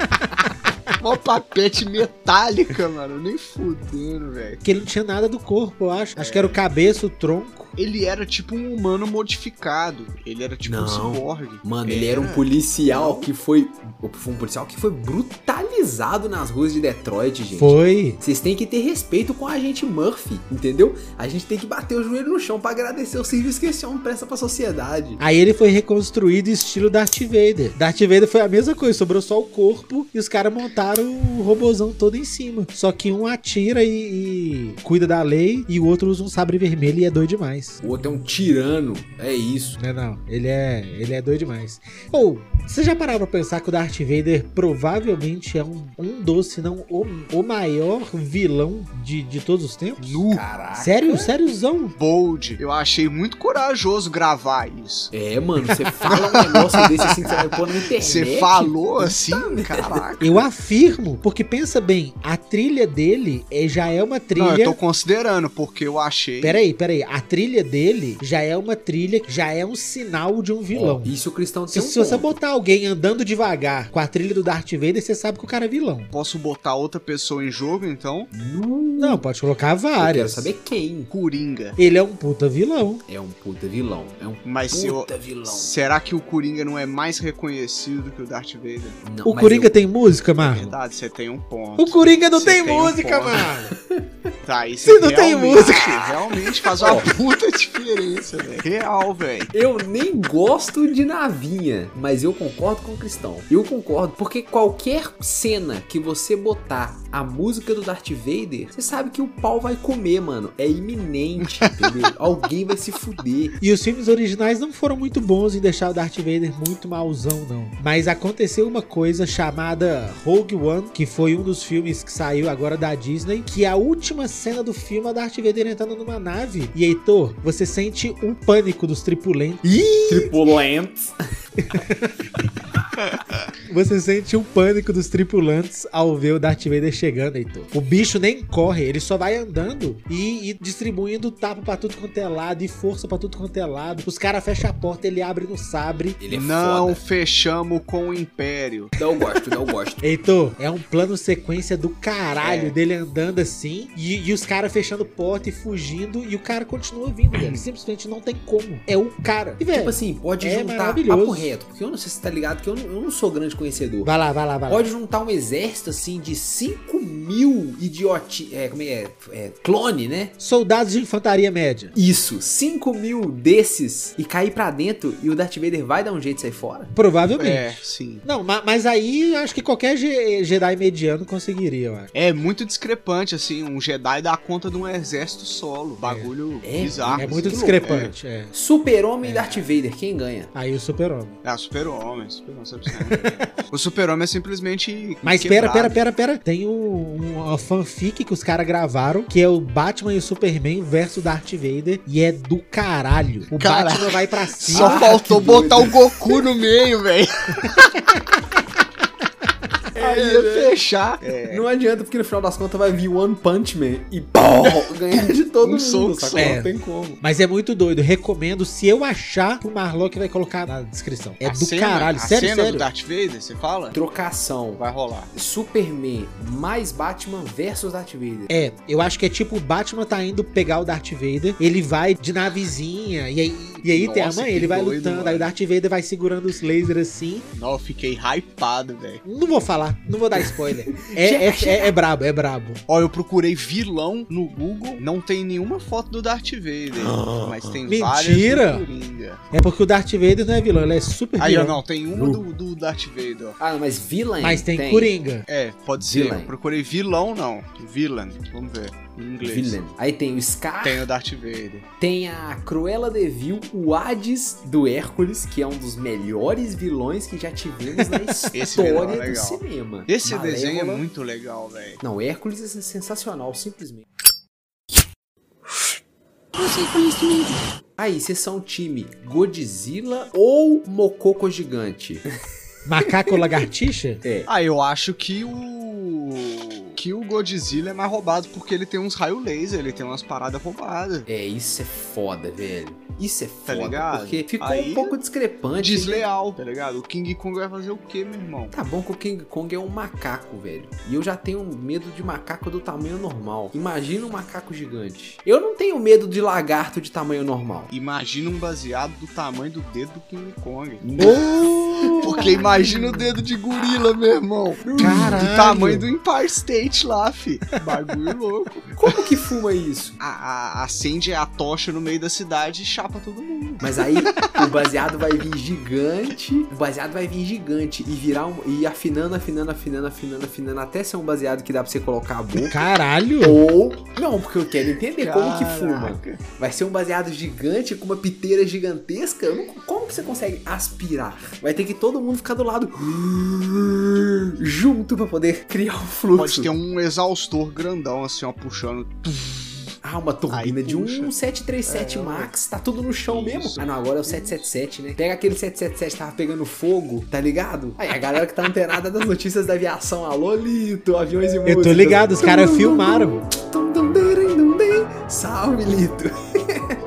S3: Uma papete metálica, mano. Nem fudendo, velho.
S2: Que ele não tinha nada do corpo, eu acho. Acho que era o cabeça, o tronco.
S3: Ele era tipo um humano modificado. Ele era tipo um
S1: Não.
S3: ciborgue. É.
S1: Mano, ele era um policial que foi. Foi um policial que foi brutalizado nas ruas de Detroit, gente.
S2: Foi.
S1: Vocês têm que ter respeito com a gente Murphy, entendeu? A gente tem que bater o joelho no chão pra agradecer o serviço que esse homem presta pra sociedade.
S2: Aí ele foi reconstruído estilo Darth Vader. Darth Vader foi a mesma coisa, sobrou só o corpo e os caras montaram o robozão todo em cima. Só que um atira e, e cuida da lei e o outro usa um sabre vermelho e é doido demais.
S1: O outro é um tirano, é isso.
S2: Não é não, ele é, ele é doido demais. Ou, você já parou pra pensar que o Darth Vader provavelmente é um, um doce, não o, o maior vilão de, de todos os tempos?
S3: Nu.
S1: Caraca.
S2: Sério? Sériozão?
S3: Bold. Eu achei muito corajoso gravar isso.
S1: É, mano, você fala um negócio desse assim que você vai pôr na internet.
S3: Você falou assim?
S1: (laughs)
S3: Caraca.
S2: Eu afirmo, porque pensa bem, a trilha dele é, já é uma trilha...
S3: Não, eu tô considerando, porque eu achei.
S2: Peraí, peraí. A trilha dele já é uma trilha, já é um sinal de um vilão.
S1: Ó, Isso o cristão
S2: se
S1: tem um
S2: se você
S1: ponto.
S2: botar alguém andando devagar com a trilha do Darth Vader, você sabe que o cara é vilão.
S3: Posso botar outra pessoa em jogo, então?
S2: Não, pode colocar
S1: Eu
S2: várias.
S1: quero saber quem
S3: Coringa.
S2: Ele é um puta vilão.
S1: é um puta vilão. É um
S3: Mas se eu...
S1: puta vilão.
S3: Será que o Coringa não é mais reconhecido que o Darth Vader?
S1: Não,
S2: o
S1: mas É
S2: Coringa tem música, Marlon?
S3: Verdade, você tem um ponto.
S2: O Coringa não
S3: Você
S2: tem,
S3: tem um
S2: música,
S3: ponto.
S2: mano.
S3: Tá, isso
S2: Se não tem
S3: realmente-
S2: música.
S3: Realmente
S2: (laughs)
S3: faz uma puta diferença, velho. Real, velho.
S1: Eu, eu nem gosto de navinha, mas eu concordo com o cristão. Eu concordo, porque qualquer cena que você botar a música do Darth Vader, você sabe que o pau vai comer, mano. É
S2: (laughs)
S1: iminente, entendeu? Alguém vai se fuder.
S2: E os filmes originais não foram muito bons em deixar o Darth Vader muito mauzão, não. Mas aconteceu uma coisa chamada Rogue One, que foi um dos filmes que saiu agora da Disney, que é a última cena do filme é o Darth Vader entrando numa nave. E Heitor, você sente um pânico dos tripulantes.
S1: Tripulentes.
S2: Você sente um pânico dos tripulantes ao ver o Darth Vader chegando, Heitor. O bicho nem corre, ele só vai andando e, e distribuindo tapa pra tudo quanto é lado e força pra tudo quanto é lado. Os caras fecham a porta, ele abre no sabre.
S1: Ele é
S3: não
S1: foda.
S3: fechamos com o Império.
S1: Dá o gosto, dá o gosto.
S2: Heitor, é um plano sequência do caralho
S3: É.
S2: dele andando assim e, e os caras fechando porta e fugindo e o cara continua vindo, velho. Simplesmente não tem como. É o cara. E, velho,
S1: Tipo assim, pode
S2: É
S1: juntar
S2: maravilhoso.
S1: papo reto. Porque eu não sei se você tá ligado que eu não, eu não sou grande conhecedor.
S2: vai lá, vai lá, vai lá.
S1: Pode juntar um exército assim de 5 mil idioti. É, como é? é? Clone, né?
S2: Soldados de infantaria média.
S1: Isso, 5 mil desses e cair pra dentro e o Darth Vader vai dar um jeito de sair fora?
S2: Provavelmente.
S3: É, sim.
S2: Não, ma- mas aí eu acho que qualquer Je- Jedi mediano conseguiria, eu acho.
S3: É muito discrepante, assim, um Jedi dá conta de um exército solo. Bagulho
S1: É,
S3: bizarro. assim.
S2: é
S1: mas
S2: muito
S1: que
S2: discrepante, é.
S1: Super-Homem e Darth Vader, quem ganha?
S2: Aí o super-homem.
S3: É, ah, super-homem, super-homem, sabe (laughs) isso, né? O super-homem é simplesmente.
S2: Mas pera, pera,
S3: quebrado.
S2: pera, pera. Tem um, uma fanfic que os caras gravaram, que é o Batman e o Superman versus Darth Vader, e é do caralho. O
S3: Caralho.
S2: Batman vai pra cima.
S3: (laughs) Só
S1: Ah,
S3: faltou
S1: que doido.
S3: botar o Goku no meio, velho.
S1: (laughs) É,
S3: ia fechar. É.
S1: Não adianta, porque no final das contas vai vir One Punch Man e (laughs) pô, ganhar de todo
S3: Um
S1: mundo,
S3: soco
S1: sacou?
S3: só,
S1: Não tem como.
S2: Mas é muito doido. Recomendo, se eu achar, pro Marlock vai colocar na descrição. É
S3: A
S2: do
S3: cena-
S2: caralho.
S3: a
S2: Sério,
S3: cena do
S2: sério.
S3: Darth Vader, você fala?
S1: Trocação.
S3: Vai rolar.
S1: Superman mais Batman versus Darth Vader.
S2: É, eu acho que é tipo o Batman tá indo pegar o Darth Vader, ele vai de navezinha, e aí, e aí tem a
S3: Nossa,
S2: mãe,
S3: que
S2: ele vai
S3: doido,
S2: lutando,
S3: mano.
S2: aí o Darth Vader vai segurando os lasers assim.
S3: Não, eu fiquei hypado, velho.
S2: Não vou falar, não vou dar
S3: (laughs)
S2: spoiler. É, é, é, é brabo, é brabo.
S3: Ó, eu procurei vilão no Google, não tem nenhuma foto do Darth Vader,
S1: Ah.
S3: mas tem
S2: Mentira!
S3: várias do Coringa.
S2: É porque o Darth Vader não é vilão, ele é super
S3: Aí, ó,
S2: vilão.
S3: não, tem uma do, do Darth Vader, ó.
S1: Ah, mas villain
S2: Mas tem, Coringa.
S3: É, pode ser.
S1: Villain.
S3: Eu procurei vilão, não. Villain, vamos ver, em inglês.
S1: Villain. Aí tem o Scar,
S3: Tem o Darth Vader.
S1: tem a Cruella de Vil, o Hades do Hércules, que é um dos melhores vilões que já tivemos
S3: (laughs)
S1: na
S3: vilão é
S1: história do
S3: legal.
S1: cinema.
S3: Esse
S1: Malévola-
S3: desenho é muito legal, velho.
S1: Não, Hércules é sensacional, simplesmente. Aí, vocês são um time Godzilla ou Mococo Gigante?
S2: Macaco lagartixa?
S1: (laughs) É.
S3: Ah, eu acho que o. Que o Godzilla é mais roubado porque ele tem uns raios laser, ele tem umas paradas roubadas.
S1: É, isso é foda, velho. Isso é foda,
S3: Tá ligado?
S1: porque ficou um
S3: Aí-
S1: pouco discrepante. né?
S3: Desleal, tá ligado? O King Kong vai fazer o quê, meu irmão?
S1: Tá bom que o King Kong é um macaco, velho. E eu já tenho medo de macaco do tamanho normal. Imagina um macaco gigante. Eu não tenho medo de lagarto de tamanho normal.
S3: Imagina um baseado do tamanho do dedo do King Kong.
S2: Oh,
S3: Porque imagina o dedo de gorila, meu irmão.
S2: Caralho.
S3: Do tamanho do Empire State lá, fi.
S1: (laughs)
S3: Bagulho louco.
S1: Como que fuma isso?
S3: A, a- acende a tocha no meio da cidade e chapa todo mundo.
S1: Mas aí o baseado vai vir gigante, o baseado vai vir gigante e virar um, e afinando, afinando, afinando, afinando, afinando até ser um baseado que dá pra você colocar a
S2: (laughs)
S1: boca.
S2: Caralho.
S1: Ou não, porque eu quero entender como que fuma.
S3: Caraca.
S1: Vai ser um baseado gigante com uma piteira gigantesca? Eu não- como que você consegue aspirar? Vai ter que todo mundo ficar do lado junto pra poder criar o fluxo.
S3: Pode ter um exaustor grandão, assim, ó, (laughs) puxando.
S1: Ah, uma turbina
S3: Aí
S1: de
S3: puxa.
S1: um 737
S3: É,
S1: Max, tá tudo no chão
S3: Isso.
S1: mesmo. Ah, não, agora é o 777, né? Pega aquele 777 que tava pegando fogo, tá ligado? Aí a galera que tá antenada das notícias da aviação, alô, Lito, aviões e música.
S2: Eu tô ligado, os caras filmaram.
S1: Salve, Lito.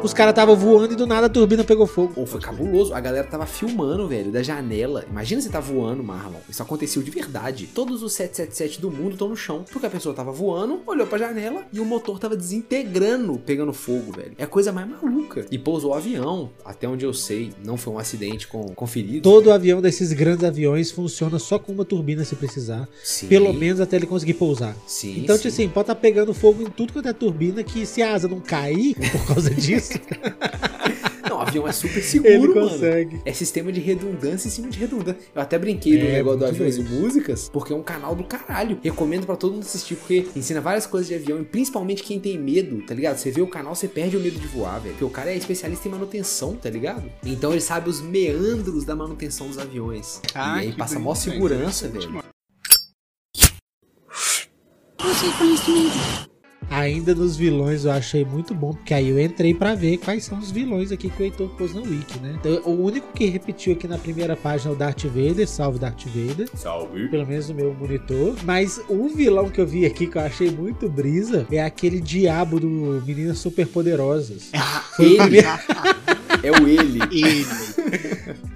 S2: Os caras estavam voando e do nada a turbina pegou fogo.
S1: Ou foi cabuloso. A galera tava filmando, velho, da janela. Imagina você tá voando, Marlon. Isso aconteceu de verdade. Todos os 777 do mundo estão no chão. Porque a pessoa tava voando, olhou pra janela e o motor tava desintegrando, pegando fogo, velho. É a coisa mais maluca. E pousou o avião. Até onde eu sei, não foi um acidente com, com feridos.
S2: Todo avião desses grandes aviões funciona só com uma turbina se precisar.
S1: Sim,
S2: Pelo menos até ele conseguir pousar.
S1: Sim,
S2: Então,
S1: sim.
S2: tipo assim, pode estar pegando fogo em tudo quanto é turbina que se a asa não cair por causa disso,
S1: Não, o avião é super
S2: assim, (laughs) ele
S1: seguro, mano.
S2: consegue.
S1: É sistema de redundância em cima de redundância. Eu até brinquei do
S2: É,
S1: negócio do
S2: muito
S1: Aviões e
S2: doido.
S1: Músicas, porque é um canal do caralho. Recomendo pra todo mundo assistir, porque ensina várias coisas de avião, e principalmente quem tem medo, tá ligado? Você vê o canal, você perde o medo de voar, velho. Porque o cara é especialista em manutenção, tá ligado? Então ele sabe os meandros da manutenção dos aviões.
S3: Ah,
S1: e aí
S3: que
S1: passa
S3: bem,
S1: mó
S3: bem,
S1: segurança,
S3: interessante,
S1: velho.
S3: mano.
S2: Ainda nos vilões eu achei muito bom, porque aí eu entrei pra ver quais são os vilões aqui que o Heitor pôs no wiki, né? Então, o único que repetiu aqui na primeira página é o Darth Vader, salve Darth Vader.
S1: Salve.
S2: Pelo menos no meu monitor. Mas o vilão que eu vi aqui, que eu achei muito brisa, é aquele diabo do Meninas Superpoderosas.
S1: Ele é o ele.
S3: Ele.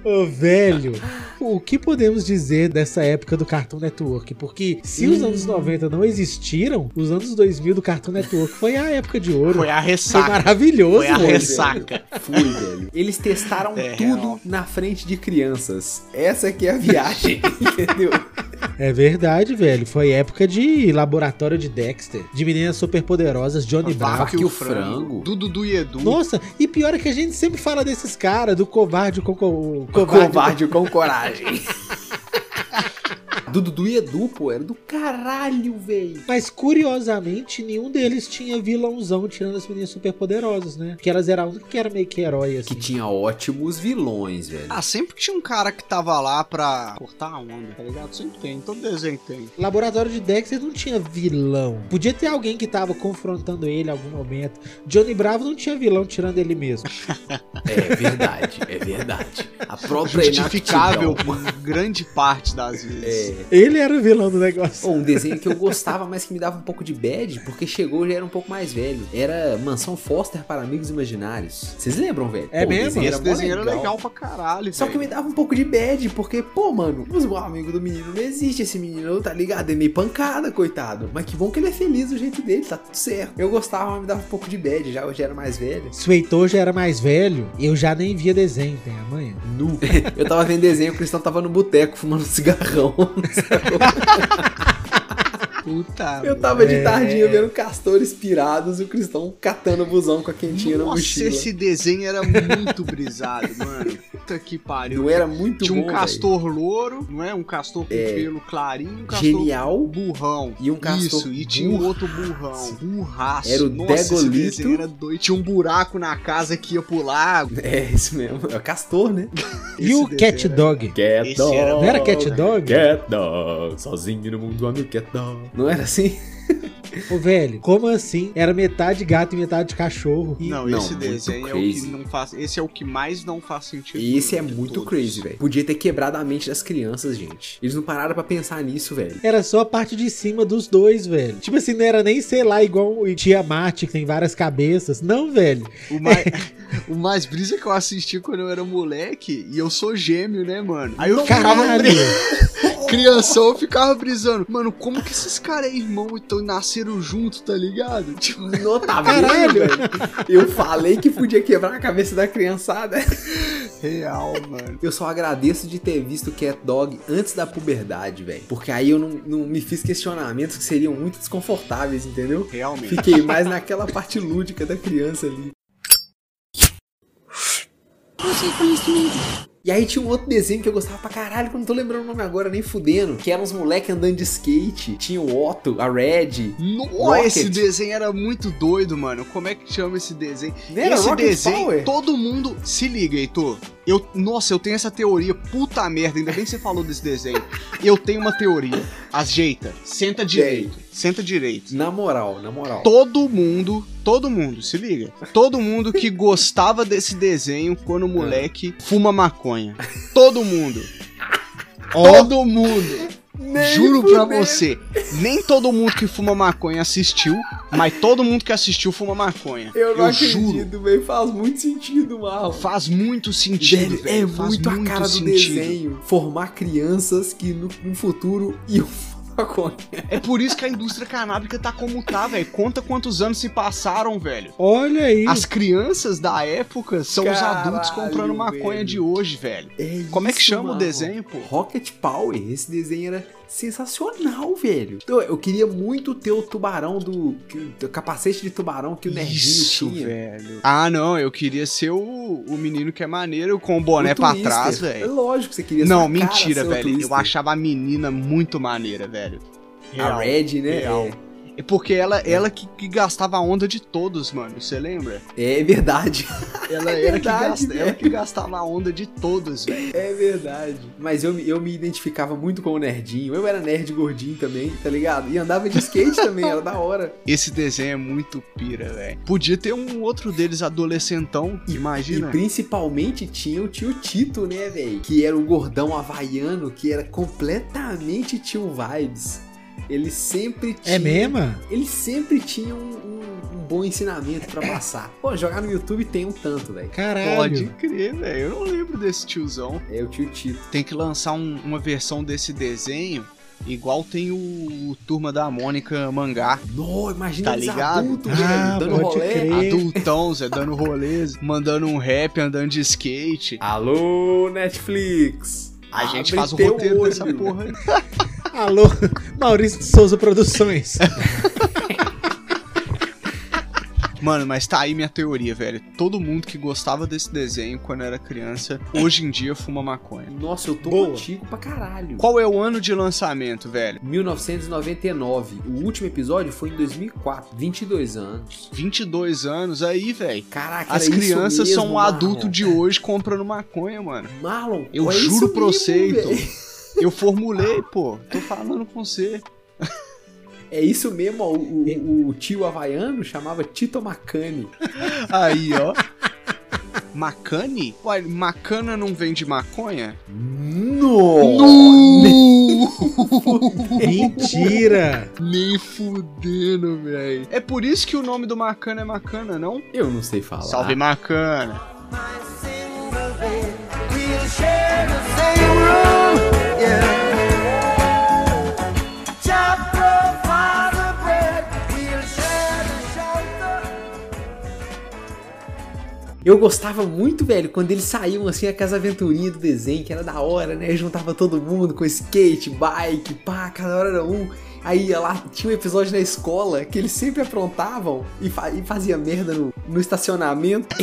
S2: Ô, velho, o que podemos dizer dessa época do Cartoon Network? Porque se os anos 90 não existiram, os anos 2000 do Cartoon Network foi a época de ouro.
S3: Foi a
S2: Foi
S3: ressaca.
S2: maravilhoso,
S3: Foi a
S2: velho.
S1: res-
S3: ressaca.
S1: Fui, velho. Eles testaram
S3: É,
S1: tudo
S3: real.
S1: na frente de crianças. Essa que é a viagem, (laughs) entendeu?
S2: É verdade, velho. Foi época de laboratório de Dexter, de meninas superpoderosas, Johnny Bravo.
S1: Vaca e o frango.
S3: Dudu Dudu e Edu.
S2: Nossa, e pior é que a gente sempre fala desses caras, do covarde com co-
S1: Covarde,
S2: covarde.
S1: com coragem. (laughs) Do Dudu e Edu, pô, era do caralho, velho.
S2: Mas curiosamente, nenhum deles tinha vilãozão tirando as meninas superpoderosas, né? Porque elas eram a única que era meio que herói, assim.
S1: Que tinha ótimos vilões, velho.
S3: Ah, sempre que tinha um cara que tava lá pra cortar a onda, tá ligado? Sempre tem, todo desenho tem.
S2: Laboratório de Dexter não tinha vilão. Podia ter alguém que tava confrontando ele em algum momento. Johnny Bravo não tinha vilão tirando ele mesmo.
S1: É verdade, é verdade. A própria
S3: Justificável
S1: inaptidão.
S3: por grande parte das vezes.
S1: É, velho.
S2: Ele era o vilão do negócio.
S1: Ou um desenho que eu gostava, mas que me dava um pouco de bad, porque chegou e já era um pouco mais velho. Era Mansão Foster para Amigos Imaginários. Vocês lembram, velho?
S2: É
S1: o
S2: mesmo?
S1: desenho
S3: Esse
S1: mó
S3: desenho era legal pra caralho.
S1: Só que me dava um pouco de bad, porque, pô, mano, os- o amigo do menino não existe. Esse menino, tá ligado? É meio pancada, coitado. Mas que bom que ele é feliz do jeito dele, tá tudo certo. Eu gostava, mas me dava um pouco de bad, já eu já era mais velho.
S2: Se o Heitor já era mais velho, eu já nem via desenho, tem amanhã.
S1: Nu. (laughs) Eu tava vendo desenho, o Cristão tava no boteco fumando (laughs) cigarrão.
S3: Puta.
S1: Eu tava de
S2: É.
S1: tardinha vendo castores pirados e o Cristão catando o busão com a quentinha na
S3: Nossa,
S1: mochila.
S3: esse desenho era muito brisado, mano. Puta que pariu.
S1: Eu era muito
S3: Tinha um
S1: bom,
S3: castor louro, não é? Um castor com pelo clarinho, um
S1: velho.
S3: castor
S1: Genial.
S3: burrão.
S1: E um castor
S3: Isso, e tinha um
S1: burro.
S3: outro burrão. Burraço.
S1: Era o
S3: Nossa, esse
S1: Degolito.
S3: desenho era doido. Tinha um buraco na casa que ia pro lago.
S1: É, isso mesmo. É o castor, né?
S2: E o
S3: Esse
S2: Cat
S3: desenho é
S2: Dog?
S1: Cat
S3: Esse era-
S2: Não era Cat Dog?
S1: Cat Dog. Sozinho no mundo, amigo Cat Dog. Não era assim?
S2: Ô, velho, como assim? Era metade gato e metade cachorro. E
S3: Não,
S1: Não,
S3: esse
S1: muito
S3: desenho é o que
S1: crazy.
S3: não faz. Esse é o que mais não faz sentido.
S1: E esse é
S3: de
S1: muito
S3: todos.
S1: crazy, velho. Podia ter quebrado a mente das crianças, gente. Eles não pararam pra pensar nisso, velho.
S2: Era só a parte de cima dos dois, velho. Tipo assim, não era nem, sei lá, igual o Tia Mate, que tem várias cabeças. Não, velho.
S1: (laughs)
S3: O mais, (laughs) o mais brisa que eu assisti quando eu era moleque, e eu sou gêmeo, né, mano? Aí eu ficava
S2: Caralho.
S3: brisando. Criança, eu ficava brisando. Mano, como que esses caras é irmão então nasceram junto, tá ligado? (laughs) Tipo,
S1: Não, tá vendo,
S2: Caralho.
S1: velho? Eu falei que podia quebrar a cabeça da criançada.
S3: real, mano.
S1: Eu só agradeço de ter visto Cat Dog antes da puberdade, velho. Porque aí eu não, não me fiz questionamentos que seriam muito desconfortáveis, entendeu?
S3: Realmente.
S1: Fiquei mais naquela parte lúdica da criança ali. E aí tinha um outro desenho que eu gostava pra caralho, que eu não tô lembrando o nome agora, nem fudendo. Que eram uns moleques andando de skate. Tinha o Otto, a Red.
S3: Nossa,
S1: Rocket.
S3: esse desenho era muito doido, mano. Como é que chama esse desenho?
S1: Não era
S3: esse
S1: Rocket
S3: desenho,
S1: Power?
S3: todo mundo se liga, Heitor. Eu, nossa, eu tenho essa teoria, puta merda, ainda bem que você falou desse desenho. Eu tenho uma teoria. Ajeita, senta direito, senta direito.
S1: Na moral, na moral.
S3: Todo mundo, todo mundo, se liga. Todo mundo que gostava desse desenho quando o moleque fuma maconha.
S1: (laughs)
S3: Todo mundo. Todo mundo.
S1: Nem
S3: Juro pra
S1: fudendo.
S3: você, nem todo mundo que fuma maconha assistiu, mas todo mundo que assistiu fuma maconha.
S1: Eu não
S3: juro.
S1: acredito, velho. Faz muito sentido, Marlon.
S3: Faz muito sentido,
S1: Velho,
S3: velho.
S1: é
S3: faz
S1: muito, a cara do
S3: sentido.
S1: desenho. Formar crianças que no, no futuro iam (laughs) fumar maconha.
S3: É por isso que a indústria canábica tá como tá, velho. Conta quantos anos se passaram, velho.
S2: Olha aí.
S3: As crianças da época são os
S1: Caralho,
S3: adultos comprando maconha
S1: velho.
S3: de hoje, velho.
S1: É
S3: Como é que
S1: isso,
S3: chama o
S1: mano.
S3: desenho, pô?
S1: Rocket Power. Esse desenho era sensacional, velho. Então, eu queria muito ter o tubarão do. que- o capacete de tubarão que o Nerdinho tinha.
S3: velho. Ah, não, eu queria ser o, o menino que é maneiro com o boné
S1: O
S3: pra
S1: Twister.
S3: trás,
S1: É
S3: velho.
S1: lógico que você queria
S3: Não,
S1: ser o cara,
S3: mentira,
S1: ser o
S3: velho. Eu
S1: Twister.
S3: achava a menina muito maneira, velho.
S1: A Red, né?
S3: Real. É porque ela, ela que, que gastava a onda de todos, mano. Você lembra?
S1: É, é verdade. (laughs)
S3: Ela,
S1: É
S3: ela
S1: verdade,
S3: que gasta-
S1: velho.
S3: ela que gastava a onda de todos, velho.
S1: É verdade. Mas eu, me- eu me identificava muito com o Nerdinho. Eu era nerd gordinho também, tá ligado? E andava de skate também, era da hora.
S3: Esse desenho é muito pira, velho. Podia ter um outro deles adolescentão,
S1: E
S3: imagina.
S1: principalmente tinha o tio Tito, né, velho? Que era o gordão havaiano, que era completamente tio Vibes. Ele sempre tinha.
S2: É mesmo?
S1: Ele sempre tinha um, um- um bom ensinamento pra passar. Pô, jogar no YouTube tem um tanto, velho.
S2: Caralho.
S3: Pode crer, velho. Eu não lembro desse tiozão.
S1: É o tio Tito.
S3: Tem que lançar um- uma versão desse desenho, igual tem o, o Turma da Mônica mangá.
S1: Não, imagina
S3: Tá
S1: eles
S3: ligado?
S1: adultos,
S2: Ah,
S1: velho, dando
S2: pode
S1: rolê.
S2: crer. E-
S3: Adultão, Zé, dando rolês, mandando um rap, andando de skate.
S1: Alô, Netflix!
S3: A gente
S1: Abre
S3: faz o
S1: teu
S3: roteiro
S1: olho.
S3: dessa porra aí.
S2: Alô, (laughs) Maurício de Souza
S3: (laughs)
S2: Produções.
S3: Mano, mas tá aí minha teoria, velho. Todo mundo que gostava desse desenho quando era criança, hoje em dia fuma maconha.
S1: Nossa, eu tô
S2: Boa.
S1: contigo pra caralho.
S3: Qual é o ano de lançamento, velho?
S1: 1999. O último episódio foi em 2004. 22 anos.
S3: 22 anos aí, velho.
S1: Caraca,
S3: As
S1: era É isso
S3: crianças
S1: mesmo,
S3: são o
S1: Marlon.
S3: adulto de hoje comprando maconha, mano.
S1: Marlon,
S3: Eu
S1: é isso
S3: juro pra
S1: mesmo,
S3: você, Heitor.
S1: velho.
S3: Eu formulei, pô. Tô falando com você.
S1: É isso mesmo, ó, o,
S3: É.
S1: o- o tio havaiano chamava Tito Macani.
S3: Aí, ó. Macane? Ué, macana não vende maconha?
S1: No!
S3: Nu!
S2: Mentira!
S3: (laughs) Nem fudendo, velho. É por isso que o nome do Macana é Macana, não?
S1: Eu não sei falar.
S3: Salve Macana.
S1: Eu gostava muito, velho, quando eles saíam assim, aquelas aventurinhas do desenho, que era da hora, né? Juntava todo mundo com skate, bike, pá, cada hora era um. Aí ia lá tinha um episódio na escola que eles sempre aprontavam e, fa e fazia merda no, no estacionamento. (laughs)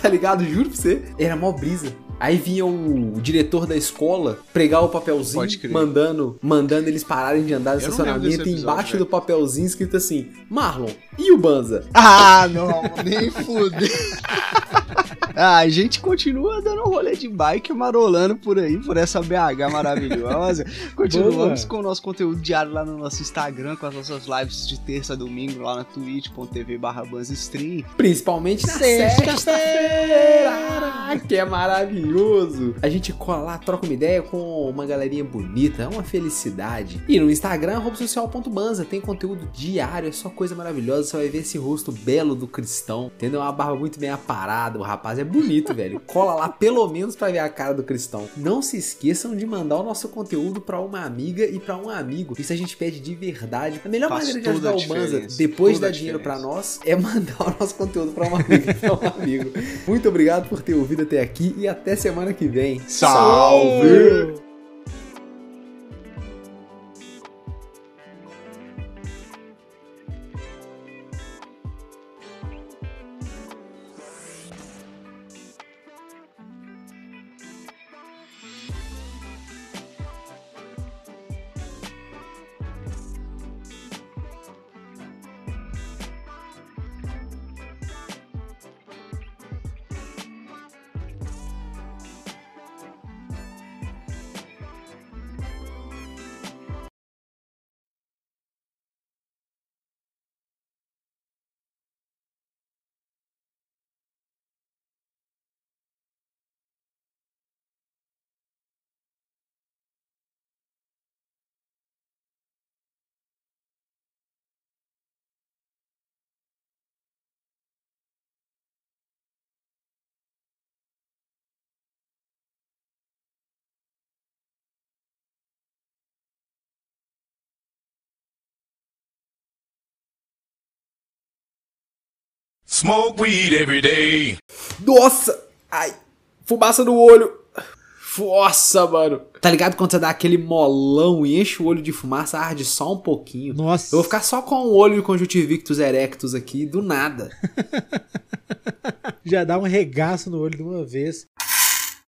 S1: tá ligado? Juro pra você. Era mó brisa. Aí vinha o, o diretor da escola pregar o papelzinho,
S3: Pode crer.
S1: mandando, mandando eles pararem de andar no
S3: Eu não lembro desse
S1: estacionamento. E
S3: episódio,
S1: embaixo
S3: velho.
S1: do papelzinho escrito assim: Marlon, e o Banza?
S3: Ah, não, nem fudendo. Ah, a gente continua dando um rolê de bike, marolando por aí, por essa BH maravilhosa. Continuamos
S2: Boa.
S3: com o nosso conteúdo diário lá no nosso Instagram, com as nossas lives de terça a domingo lá na twitch.tv barra Banzestream.
S1: Principalmente na sexta. Caraca, que é maravilhoso! A gente cola lá, troca uma ideia com uma galerinha bonita, é uma felicidade. E no Instagram, social.banza, tem conteúdo diário, é só coisa maravilhosa. Você vai ver esse rosto belo do cristão, entendeu? Uma barba muito bem aparada, o rapaz é bonito, (laughs) velho. Cola lá pelo menos pra ver a cara do cristão. Não se esqueçam de mandar o nosso conteúdo pra uma amiga e pra um amigo. Isso a gente pede de verdade. A melhor
S3: Faz
S1: maneira de
S3: toda
S1: ajudar
S3: a
S1: o Banza,
S3: diferença,
S1: depois de
S3: toda
S1: dar
S3: a
S1: dinheiro pra
S3: diferença.
S1: nós, é mandar o nosso conteúdo pra um amigo, (laughs) e pra um amigo. Muito obrigado por ter ouvido até aqui e até semana que vem.
S3: Salve!
S4: Smoke weed every day.
S1: Nossa! Ai! Fumaça no olho! Nossa, mano! Tá ligado quando você dá aquele molão e enche o olho de fumaça, arde só um pouquinho.
S2: Nossa.
S1: Eu vou ficar só com o olho de conjuntivictus erectus aqui, do nada.
S2: Já dá um regaço no olho de uma vez.